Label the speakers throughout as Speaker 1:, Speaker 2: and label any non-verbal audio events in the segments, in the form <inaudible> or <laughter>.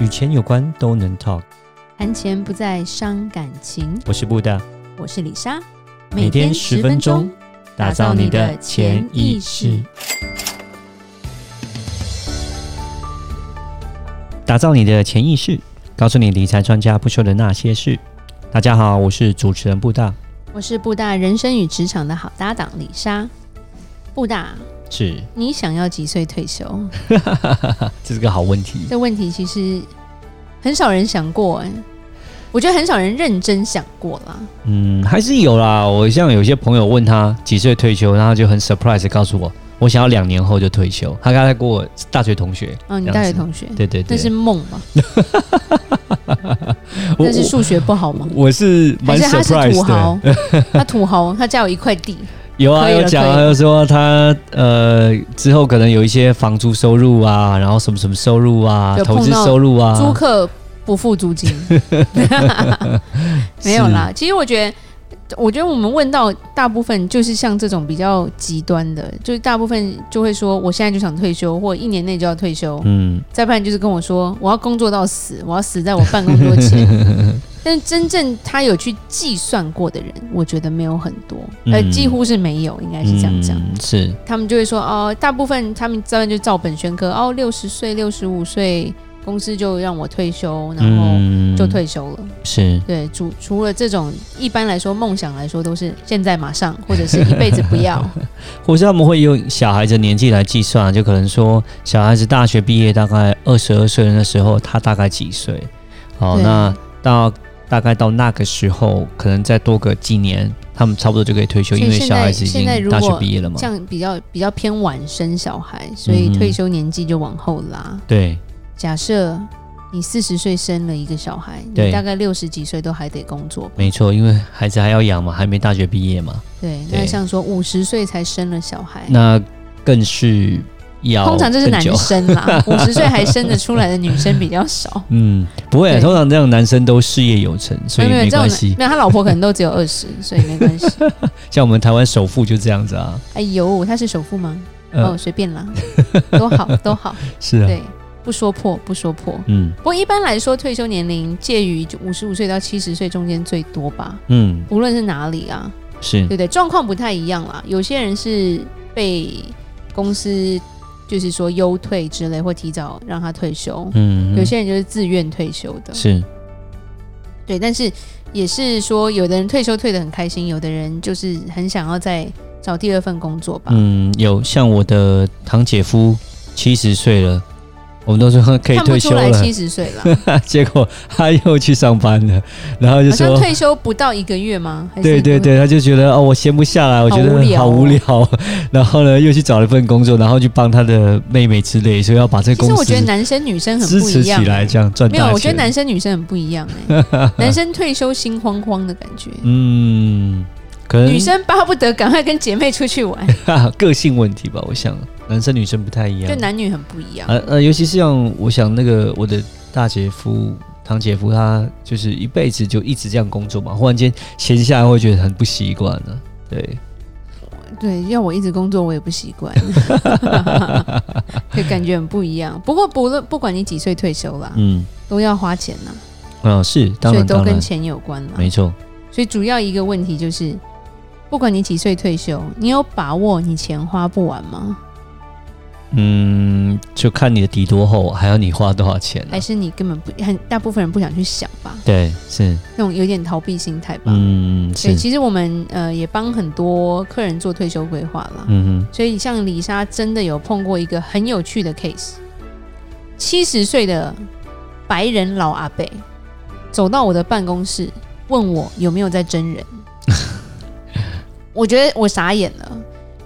Speaker 1: 与钱有关都能 talk。
Speaker 2: 谈钱不再伤感情。
Speaker 1: 我是布大，
Speaker 2: 我是李莎，
Speaker 1: 每天十分钟，打造你的潜意识，打造你的潜意识，告诉你理财专家不说的那些事。大家好，我是主持人布大，
Speaker 2: 我是布大人生与职场的好搭档李莎。布大，
Speaker 1: 是，
Speaker 2: 你想要几岁退休？
Speaker 1: <laughs> 这是个好问题。
Speaker 2: 这问题其实很少人想过哎、我觉得很少人认真想过啦。
Speaker 1: 嗯，还是有啦。我像有些朋友问他几岁退休，然后就很 surprise 地告诉我，我想要两年后就退休。他刚才跟我大学同学，
Speaker 2: 哦，你
Speaker 1: 这样
Speaker 2: 大学
Speaker 1: 子
Speaker 2: 同学，
Speaker 1: 对对对，
Speaker 2: 那是梦吧？
Speaker 1: 我
Speaker 2: 那是数学不好吗？
Speaker 1: 我是
Speaker 2: 还
Speaker 1: 蛮
Speaker 2: 是他是
Speaker 1: surprise
Speaker 2: 土
Speaker 1: 的
Speaker 2: 豪。？他土豪，他家有一块地，
Speaker 1: 有啊，
Speaker 2: 可以了
Speaker 1: 有讲啊，
Speaker 2: 可以了
Speaker 1: 有说他呃之后可能有一些房租收入啊，然后什么什么收入啊，
Speaker 2: 有碰
Speaker 1: 投
Speaker 2: 到
Speaker 1: 资收入
Speaker 2: 租
Speaker 1: 啊，
Speaker 2: 客不付租 <laughs> 金，没有啦。其实我觉得。我觉得我们问到大部分就是像这种比较极端的，就是大部分就会说我现在就想退休，或一年内就要退休，
Speaker 1: 嗯，
Speaker 2: 再不然就是跟我说我要工作到死，我要死在我办公桌前。 <laughs> 但真正他有去计算过的人，我觉得没有很多，呃，
Speaker 1: 嗯
Speaker 2: 几乎是没有，应该是这样讲。
Speaker 1: 嗯是，
Speaker 2: 他们就会说哦，大部分他们当然就照本宣科，哦，六十岁、六十五岁，公司就让我退休，然后
Speaker 1: 嗯
Speaker 2: 就退休了。
Speaker 1: 是，
Speaker 2: 对，除除了这种，一般来说梦想来说都是现在马上，或者是一辈子不
Speaker 1: <laughs>
Speaker 2: 要。
Speaker 1: 或是他们会用小孩子年纪来计算，就可能说小孩子大学毕业大概二十二岁的那时候，他大概几岁？好，
Speaker 2: 对
Speaker 1: 那到大概到那个时候，可能再多个几年，他们差不多就可以退休，
Speaker 2: 所以
Speaker 1: 因为
Speaker 2: 现
Speaker 1: 小
Speaker 2: 在
Speaker 1: 孩子已
Speaker 2: 现在
Speaker 1: 经
Speaker 2: 如
Speaker 1: 大学
Speaker 2: 果
Speaker 1: 毕业了嘛
Speaker 2: 这。样比较比较偏晚生小孩，所以
Speaker 1: 嗯哼
Speaker 2: 退休年纪就往后拉。
Speaker 1: 对，
Speaker 2: 假设你四十岁生了一个小孩，
Speaker 1: 对
Speaker 2: 你大概六十几岁都还得工作。
Speaker 1: 没错，因为孩子还要养嘛，还没大学毕业嘛，
Speaker 2: 对，
Speaker 1: 对
Speaker 2: 那像说五十岁才生了小孩，
Speaker 1: 那更是要
Speaker 2: 哎通常这是
Speaker 1: 更
Speaker 2: 男
Speaker 1: 哦久
Speaker 2: 生啦，五十岁还生得出来的女生比较少。
Speaker 1: <laughs> 嗯，不会啊，
Speaker 2: 对
Speaker 1: 通常这样男生都事业有成， <laughs> 所以
Speaker 2: 没
Speaker 1: 没
Speaker 2: 有这种
Speaker 1: 关系。
Speaker 2: 没有他老婆可能都只有二十，所以没关
Speaker 1: <laughs>
Speaker 2: 系。
Speaker 1: 像我们台湾首富就这样子啊，
Speaker 2: 哎呦，他是首富吗？
Speaker 1: 呃
Speaker 2: 哦，随便
Speaker 1: <laughs>
Speaker 2: 啦，都好都好。
Speaker 1: 是啊，
Speaker 2: 对，不说破不说破。
Speaker 1: 嗯
Speaker 2: 不过一般来说，退休年龄介于五十五岁到七十岁中间最多吧，
Speaker 1: 嗯，
Speaker 2: 无论是哪里啊，
Speaker 1: 是
Speaker 2: 对不对？状况不太一样啦，有些人是被公司就是说优退之类，或提早让他退休。
Speaker 1: 嗯，
Speaker 2: 有些人就是自愿退休的，
Speaker 1: 是
Speaker 2: 对，但是也是说，有的人退休退得很开心，有的人就是很想要再找第二份工作吧。
Speaker 1: 嗯，有像我的堂姐夫七十岁了，我们都说可以
Speaker 2: 看不
Speaker 1: 退休
Speaker 2: 出来
Speaker 1: 了，
Speaker 2: 七十岁了，
Speaker 1: 结果他又去上班了，然 <laughs> 后就
Speaker 2: 好像
Speaker 1: 说。
Speaker 2: 退休不到一个月吗？还是
Speaker 1: 对对对，他就觉得哦，我闲不下来，我觉
Speaker 2: 好无
Speaker 1: 得
Speaker 2: 聊
Speaker 1: 好
Speaker 2: 哦
Speaker 1: 无聊， <laughs> 然后呢，又去找了一份工作，然后去帮他的妹妹之类，所以要把这个
Speaker 2: 嗯其实
Speaker 1: 公
Speaker 2: 我
Speaker 1: 司
Speaker 2: 觉得男生女生很
Speaker 1: 支
Speaker 2: 不
Speaker 1: 持
Speaker 2: 一
Speaker 1: 起
Speaker 2: 样、欸
Speaker 1: 来，这样赚
Speaker 2: 没
Speaker 1: 大
Speaker 2: 有
Speaker 1: 钱。，
Speaker 2: 我觉得男生女生很不一样哎、
Speaker 1: <laughs>
Speaker 2: 男生退休心慌慌的感觉，
Speaker 1: 嗯，哎可能 <laughs>
Speaker 2: 女生巴不得赶快跟姐妹出去玩，
Speaker 1: 个性问题吧，我想男生女生不太一样。
Speaker 2: 就男女很不一样。
Speaker 1: 呃呃，尤其是像我想那个我的大姐夫堂姐夫，他就是一辈子就一直这样工作嘛，忽然间闲下来会觉得很不习惯了。对，
Speaker 2: 对，要我一直工作我也不习
Speaker 1: <laughs>
Speaker 2: 惯，就感觉很不一样。不过不论不管你几岁退休啦，
Speaker 1: 嗯，
Speaker 2: 都要花钱呐，
Speaker 1: 啊、是，当
Speaker 2: 所以
Speaker 1: 然
Speaker 2: 都
Speaker 1: 当
Speaker 2: 跟
Speaker 1: 然，
Speaker 2: 钱有关啦。
Speaker 1: 没错，
Speaker 2: 所以主要一个问题就是，不管你几岁退休，你有把握你钱花不完吗？
Speaker 1: 嗯，就看你的底多厚，还要你花多少钱、啊
Speaker 2: 还。是你根本不很大部分人不想去想吧，
Speaker 1: 对，是，
Speaker 2: 那种有点逃避心态吧。
Speaker 1: 嗯，
Speaker 2: 所以
Speaker 1: 是，
Speaker 2: 其实我们呃也帮很多客人做退休规划啦。
Speaker 1: 嗯
Speaker 2: 所以像李莎真的有碰过一个很有趣的 case，七十岁的白人老阿伯走到我的办公室，问我有没有在真人，我觉得我傻眼了。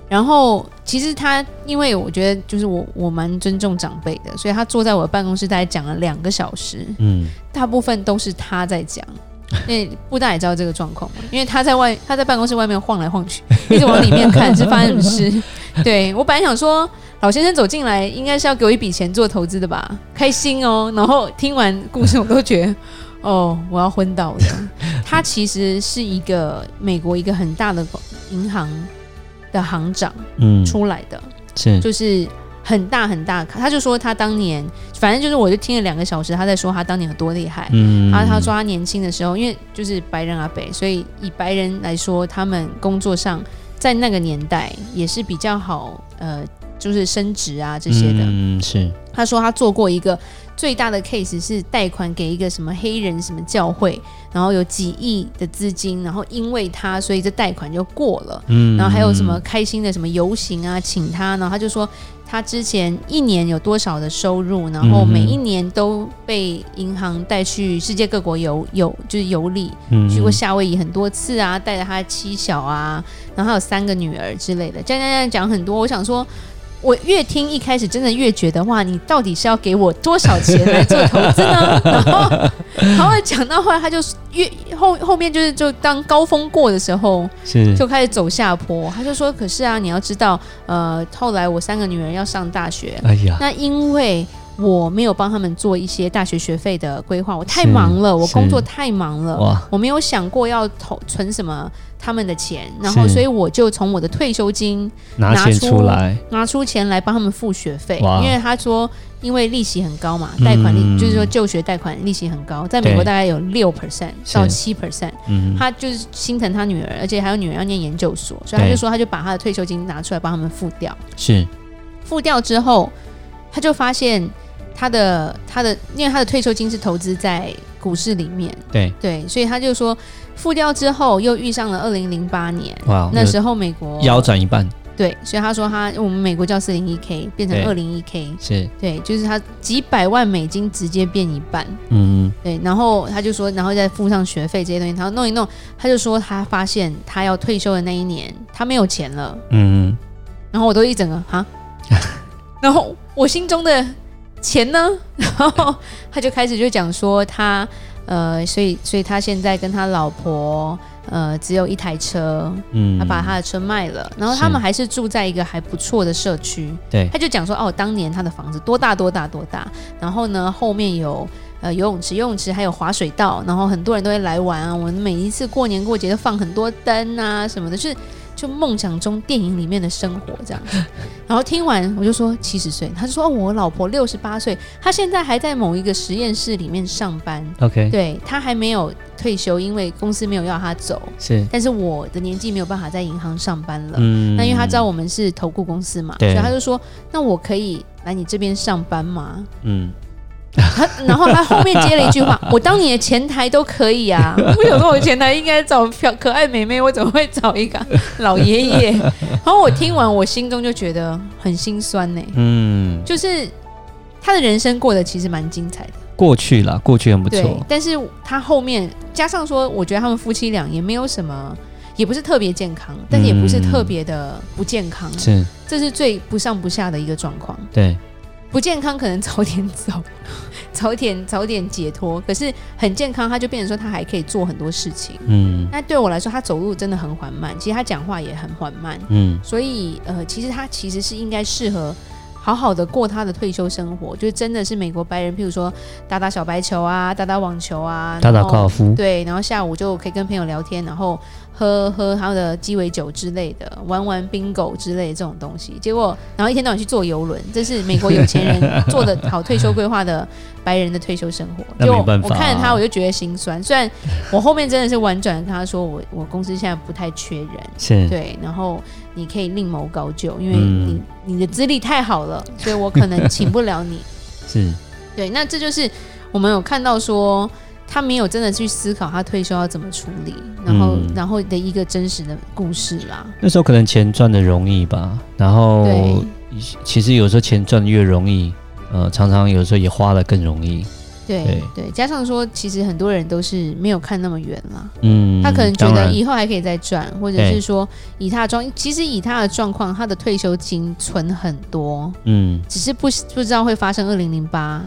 Speaker 2: 然后其实他，因为我觉得就是我我蛮尊重长辈的，所以他坐在我的办公室大概讲了两个小时，
Speaker 1: 哼，嗯，
Speaker 2: 大部分都是他在讲。 <laughs> 因为布大也知道这个状况嘛，因为他在外，他在办公室外面晃来晃去， <laughs> 一直往里面看是 <laughs> 发生什么事。对我本来想说，老先生走进来应该是要给我一笔钱做投资的吧，开心哦。然后听完故事，我都觉得， <laughs> 哦，我要昏倒了。 <laughs> 他其实是一个美国一个很大的银行的行长
Speaker 1: 嗯，
Speaker 2: 出来的，
Speaker 1: 是，
Speaker 2: 就是很大很大咖，他就说他当年，反正就是我就听了两个小时，他在说他当年有多厉害。
Speaker 1: 嗯，
Speaker 2: 然后他说他年轻的时候，因为就是白人阿北，所以以白人来说，他们工作上在那个年代也是比较好，呃，就是升职啊这些的。
Speaker 1: 嗯是，
Speaker 2: 他说他做过一个最大的 case 是贷款给一个什么黑人什么教会，然后有几亿的资金，然后因为他，所以这贷款就过了。
Speaker 1: 嗯
Speaker 2: 然后还有什么开心的什么游行啊，请他，然后他就说他之前一年有多少的收入，然后每一年都被银行带去世界各国游游就是游历，去过夏威夷很多次啊，带着他妻小啊，然后还有三个女儿之类的，讲讲讲讲很多。我想说，我越听一开始真的越觉得哇，你到底是要给我多少钱来做投资呢？然后，然后讲到后来，他就越后后面就是就当高峰过的时候，
Speaker 1: 是
Speaker 2: 就开始走下坡。他就说，可是啊，你要知道，呃，后来我三个女儿要上大学，
Speaker 1: 哎呀，
Speaker 2: 那因为我没有帮他们做一些大学学费的规划，我太
Speaker 1: 是
Speaker 2: 忙了，我
Speaker 1: 嗯是
Speaker 2: 工作太忙了，
Speaker 1: 哇，
Speaker 2: 我没有想过要投存什么他们的钱，然后
Speaker 1: 是
Speaker 2: 所以我就从我的退休金
Speaker 1: 拿
Speaker 2: 拿
Speaker 1: 钱
Speaker 2: 出
Speaker 1: 出来，
Speaker 2: 拿出钱来帮他们付学费，
Speaker 1: 哇
Speaker 2: 因为他说因为利息很高嘛，贷款利、
Speaker 1: 嗯
Speaker 2: 就是说就学贷款利息很高，在美
Speaker 1: 对
Speaker 2: 国大概有六 percent
Speaker 1: 是
Speaker 2: 到七 percent，
Speaker 1: 嗯，
Speaker 2: 他就是心疼他女儿，而且还有女儿要念研究所，所以他
Speaker 1: 对
Speaker 2: 就说他就把他的退休金拿出来帮他们付掉。
Speaker 1: 是
Speaker 2: 付掉之后，他就发现他的他的，因为他的退休金是投资在股市里面，
Speaker 1: 对，
Speaker 2: 对，所以他就说付掉之后又遇上了二零零八年，
Speaker 1: 哇，
Speaker 2: 那时候美国
Speaker 1: 哦腰斩一半，
Speaker 2: 对，所以他说他我们美国叫四零一 k 变成
Speaker 1: 对
Speaker 2: 二零一 k，
Speaker 1: 是，
Speaker 2: 对，就是他几百万美金直接变一半，
Speaker 1: 嗯，
Speaker 2: 对，然后他就说，然后再付上学费这些东西，他弄一弄，他就说他发现他要退休的那一年他没有钱了。
Speaker 1: 嗯，
Speaker 2: 然后我都一整个哈，然后我心中的钱呢？ <laughs> 然后他就开始就讲说他呃，所以所以他现在跟他老婆呃只有一台车，
Speaker 1: 嗯，
Speaker 2: 他把他的车卖了，然后他们还是住在一个还不错的社区。
Speaker 1: 对，
Speaker 2: 他就讲说哦，当年他的房子多大多大多大，然后呢后面有。呃，游泳池、游泳池还有滑水道，然后很多人都会来玩啊。我们每一次过年过节都放很多灯啊什么的，就是就梦想中电影里面的生活这样。然后听完我就说七十岁，他就说、哦、我老婆六十八岁，她现在还在某一个实验室里面上班，
Speaker 1: OK，
Speaker 2: 对她还没有退休，因为公司没有要她走。
Speaker 1: 是，
Speaker 2: 但是我的年纪没有办法在银行上班了。
Speaker 1: 嗯，
Speaker 2: 那因为他知道我们是投顾公司嘛，所
Speaker 1: 对
Speaker 2: 以他就说：“那我可以来你这边上班吗 <laughs>
Speaker 1: 嗯，？”
Speaker 2: 他然后他后面接了一句
Speaker 1: <laughs>
Speaker 2: 话：“我当你的前台都可以啊。”我有时候我前台应该找漂可爱妹妹，我怎么会找一个老爷爷？ <laughs> 然后我听完，我心中就觉得很心酸呢、
Speaker 1: 嗯，
Speaker 2: 就是他的人生过得其实蛮精彩的，
Speaker 1: 过去啦，过去很不
Speaker 2: 对
Speaker 1: 错。，
Speaker 2: 但是他后面加上说，我觉得他们夫妻俩也没有什么，也不是特别健康，但是也不是
Speaker 1: 嗯
Speaker 2: 特别的不健康，
Speaker 1: 是，
Speaker 2: 这是最不上不下的一个状况。
Speaker 1: 对，
Speaker 2: 不健康可能早点走， <laughs> 早点早点解脱，可是很健康，他就变成说他还可以做很多事情。
Speaker 1: 嗯
Speaker 2: 那对我来说，他走路真的很缓慢，其实他讲话也很缓慢，
Speaker 1: 嗯，
Speaker 2: 所以呃，其实他其实是应该适合好好的过他的退休生活，就是真的是美国白人，譬如说打打小白球啊，打打网球啊，
Speaker 1: 打打
Speaker 2: 然后
Speaker 1: 高尔夫，
Speaker 2: 对，然后下午就可以跟朋友聊天，然后喝喝他的鸡尾酒之类的，玩玩 bingo 之类的这种东西。结果，然后一天到晚去坐游轮，这是美国有钱人做的好退休规划的白人的退休生活。
Speaker 1: 那
Speaker 2: 就
Speaker 1: 没办
Speaker 2: 我
Speaker 1: 法
Speaker 2: 看着他，
Speaker 1: 啊
Speaker 2: 我就觉得心酸。虽然我后面真的是婉转地跟他说，我我公司现在不太缺人。
Speaker 1: 是，
Speaker 2: 对，然后你可以另谋高就，因为
Speaker 1: 嗯
Speaker 2: 你、你的资历太好了，所以我可能请不了你。
Speaker 1: 是，
Speaker 2: 对，那这就是我们有看到说他没有真的去思考他退休要怎么处理，然后、
Speaker 1: 嗯
Speaker 2: 然后的一个真实的故事啦。
Speaker 1: 那时候可能钱赚的容易吧，然后
Speaker 2: 对
Speaker 1: 其实有时候钱赚的越容易，呃，常常有时候也花的更容易。
Speaker 2: 对对，加上说其实很多人都是没有看那么远啦，
Speaker 1: 嗯，
Speaker 2: 他可能觉
Speaker 1: 当
Speaker 2: 得
Speaker 1: 然
Speaker 2: 以后还可以再赚，或者
Speaker 1: 对
Speaker 2: 是说以他的状，其实以他的状况，他的退休金存很多，
Speaker 1: 嗯，
Speaker 2: 只是不不知道会发生二零零八，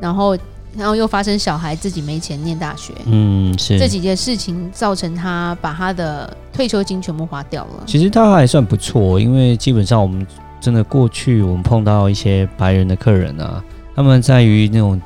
Speaker 2: 然后然后又发生小孩自己没钱念大学。
Speaker 1: 嗯，是
Speaker 2: 这几件事情造成他把他的退休金全部花掉了。
Speaker 1: 其实他还算不错，因为基本上我们真的过去我们碰到一些白人的客人啊，他们在于那种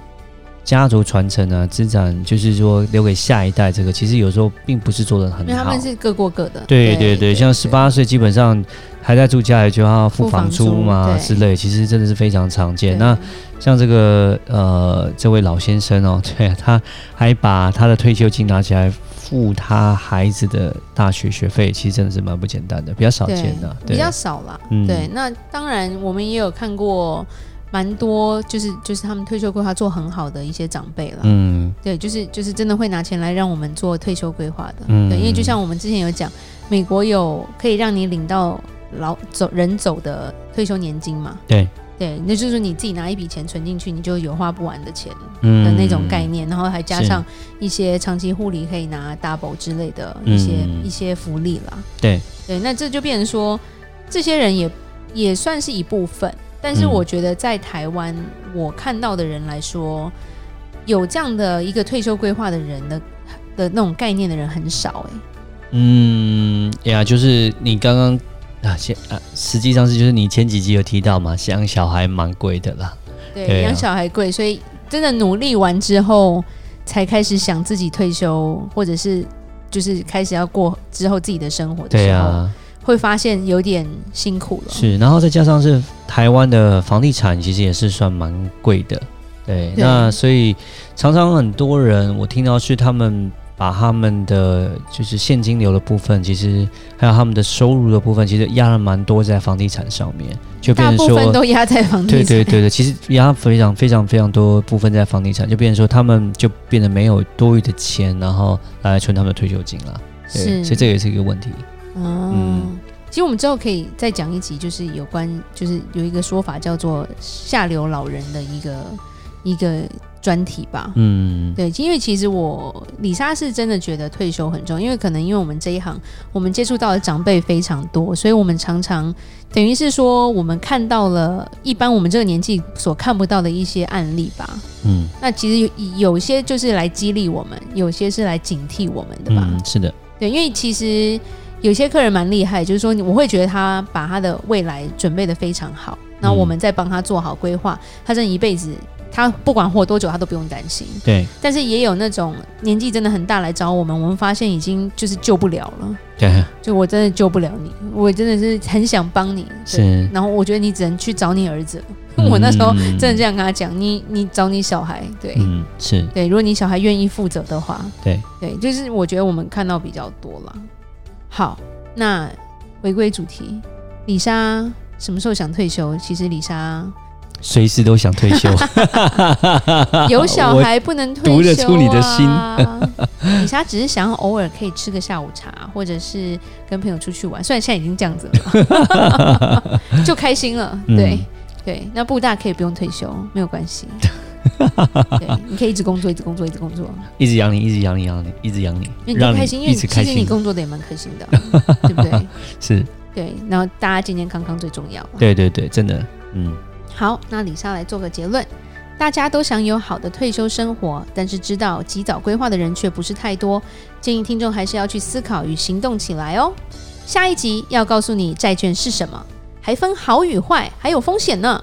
Speaker 1: 家族传承啊、资产，就是说留给下一代这个，其实有时候并不是做的很
Speaker 2: 因为他
Speaker 1: 好
Speaker 2: 们。是各过各的。
Speaker 1: 对对对，像十八岁基本上还在住家里就要付房租嘛
Speaker 2: 付房租
Speaker 1: 之
Speaker 2: 对
Speaker 1: 类，其实真的是非常常
Speaker 2: 对
Speaker 1: 见。那像这个呃，这位老先生哦， <laughs> 对他还把他的退休金拿起来付他孩子的大学学费，其实真的是蛮不简单的，比较少见的、
Speaker 2: 比
Speaker 1: 对，
Speaker 2: 较少啦。
Speaker 1: 嗯
Speaker 2: 对，那当然我们也有看过蛮多，就是就是他们退休规划做很好的一些长辈啦。
Speaker 1: 嗯
Speaker 2: 对，就是就是真的会拿钱来让我们做退休规划的。
Speaker 1: 嗯
Speaker 2: 对，因为就像我们之前有讲，美国有可以让你领到老走人走的退休年金嘛。
Speaker 1: 对
Speaker 2: 对，那就是你自己拿一笔钱存进去，你就有花不完的钱
Speaker 1: 嗯
Speaker 2: 的那种概念，然后还加
Speaker 1: 是
Speaker 2: 上一些长期护理可以拿 double 之类的一些、
Speaker 1: 嗯
Speaker 2: 一些福利啦。
Speaker 1: 对
Speaker 2: 对，那这就变成说，这些人也也算是一部分，但是
Speaker 1: 嗯
Speaker 2: 我觉得在台湾我看到的人来说，有这样的一个退休规划的人的的那种概念的人很少哎、
Speaker 1: 嗯呀，就是你刚刚啊，先啊，实际上是就是你前几集有提到嘛，养小孩蛮贵的啦。对
Speaker 2: 对，
Speaker 1: 啊
Speaker 2: 养、小孩贵，所以真的努力完之后，才开始想自己退休，或者是就是开始要过之后自己的生活的
Speaker 1: 对
Speaker 2: 时候，
Speaker 1: 啊，
Speaker 2: 会发现有点辛苦了。
Speaker 1: 是，然后再加上是台湾的房地产其实也是算蛮贵的，对，
Speaker 2: 对
Speaker 1: 那所以常常很多人我听到是他们把他们的就是现金流的部分，其实还有他们的收入的部分，其实压了蛮多在房地产上面，就变
Speaker 2: 大
Speaker 1: 成
Speaker 2: 部分
Speaker 1: 说。
Speaker 2: 都压在房地
Speaker 1: 对
Speaker 2: 产，
Speaker 1: 对对对，其实压非常非常非常多部分在房地产，就变成说他们就变得没有多余的钱，然后来存他们的退休金了。对，
Speaker 2: 是，
Speaker 1: 所以这也是一个问题。
Speaker 2: 嗯
Speaker 1: 嗯，
Speaker 2: 其实我们之后可以再讲一集，就是有关，就是有一个说法叫做“下流老人”的一个一个专题吧。
Speaker 1: 嗯，
Speaker 2: 对，因为其实我李莎是真的觉得退休很重要，因为可能因为我们这一行，我们接触到的长辈非常多，所以我们常常等于是说，我们看到了一般我们这个年纪所看不到的一些案例吧。
Speaker 1: 嗯
Speaker 2: 那其实有有些就是来激励我们，有些是来警惕我们的吧。
Speaker 1: 嗯，是的，
Speaker 2: 对，因为其实有些客人蛮厉害，就是说你我会觉得他把他的未来准备的非常好，那我们再帮他做好规划，他这一辈子他不管活多久，他都不用担心。
Speaker 1: 对
Speaker 2: 但是也有那种年纪真的很大来找我们，我们发现已经就是救不了了，
Speaker 1: 对
Speaker 2: 就我真的救不了你，我真的是很想帮你，对
Speaker 1: 是。嗯
Speaker 2: 然后我觉得你只能去找你儿子了。 <laughs> 我那时候
Speaker 1: 嗯
Speaker 2: 真的这样跟他讲，你你找你小孩，对、
Speaker 1: 嗯，是
Speaker 2: 对，如果你小孩愿意负责的话，
Speaker 1: 对
Speaker 2: 对，就是我觉得我们看到比较多了。好，那回归主题，李莎什么时候想退休？其实李莎
Speaker 1: 随时都想退 <laughs> 休。
Speaker 2: 有小孩不能退休、啊，啊
Speaker 1: 读得出你的心。
Speaker 2: 李莎只是想要偶尔可以吃个下午茶，或者是跟朋友出去玩。虽然现在已经这样子了， <laughs> 就开心了。
Speaker 1: 嗯
Speaker 2: 对、对，那布大可以不用退休，没有关系。 <laughs> 对，你可以一直工作，一直工作，一直工作，
Speaker 1: 我一直养你，一直养你，养你，一直养
Speaker 2: 因为
Speaker 1: 你，
Speaker 2: 你就
Speaker 1: 让
Speaker 2: 开心，因
Speaker 1: 一
Speaker 2: 为
Speaker 1: 直
Speaker 2: 其
Speaker 1: 开
Speaker 2: 实你
Speaker 1: 心。
Speaker 2: 工作的也蛮开心
Speaker 1: <laughs>
Speaker 2: 的啊，对不对？
Speaker 1: 是，
Speaker 2: 对，然后大家健健康康最重要了。
Speaker 1: 对对对，真的，嗯
Speaker 2: 好，那李莎来做个结论。大家都想有好的退休生活，但是知道及早规划的人却不是太多。建议听众还是要去思考与行动起来哦。下一集要告诉你债券是什么，还分好与坏，还有风险呢。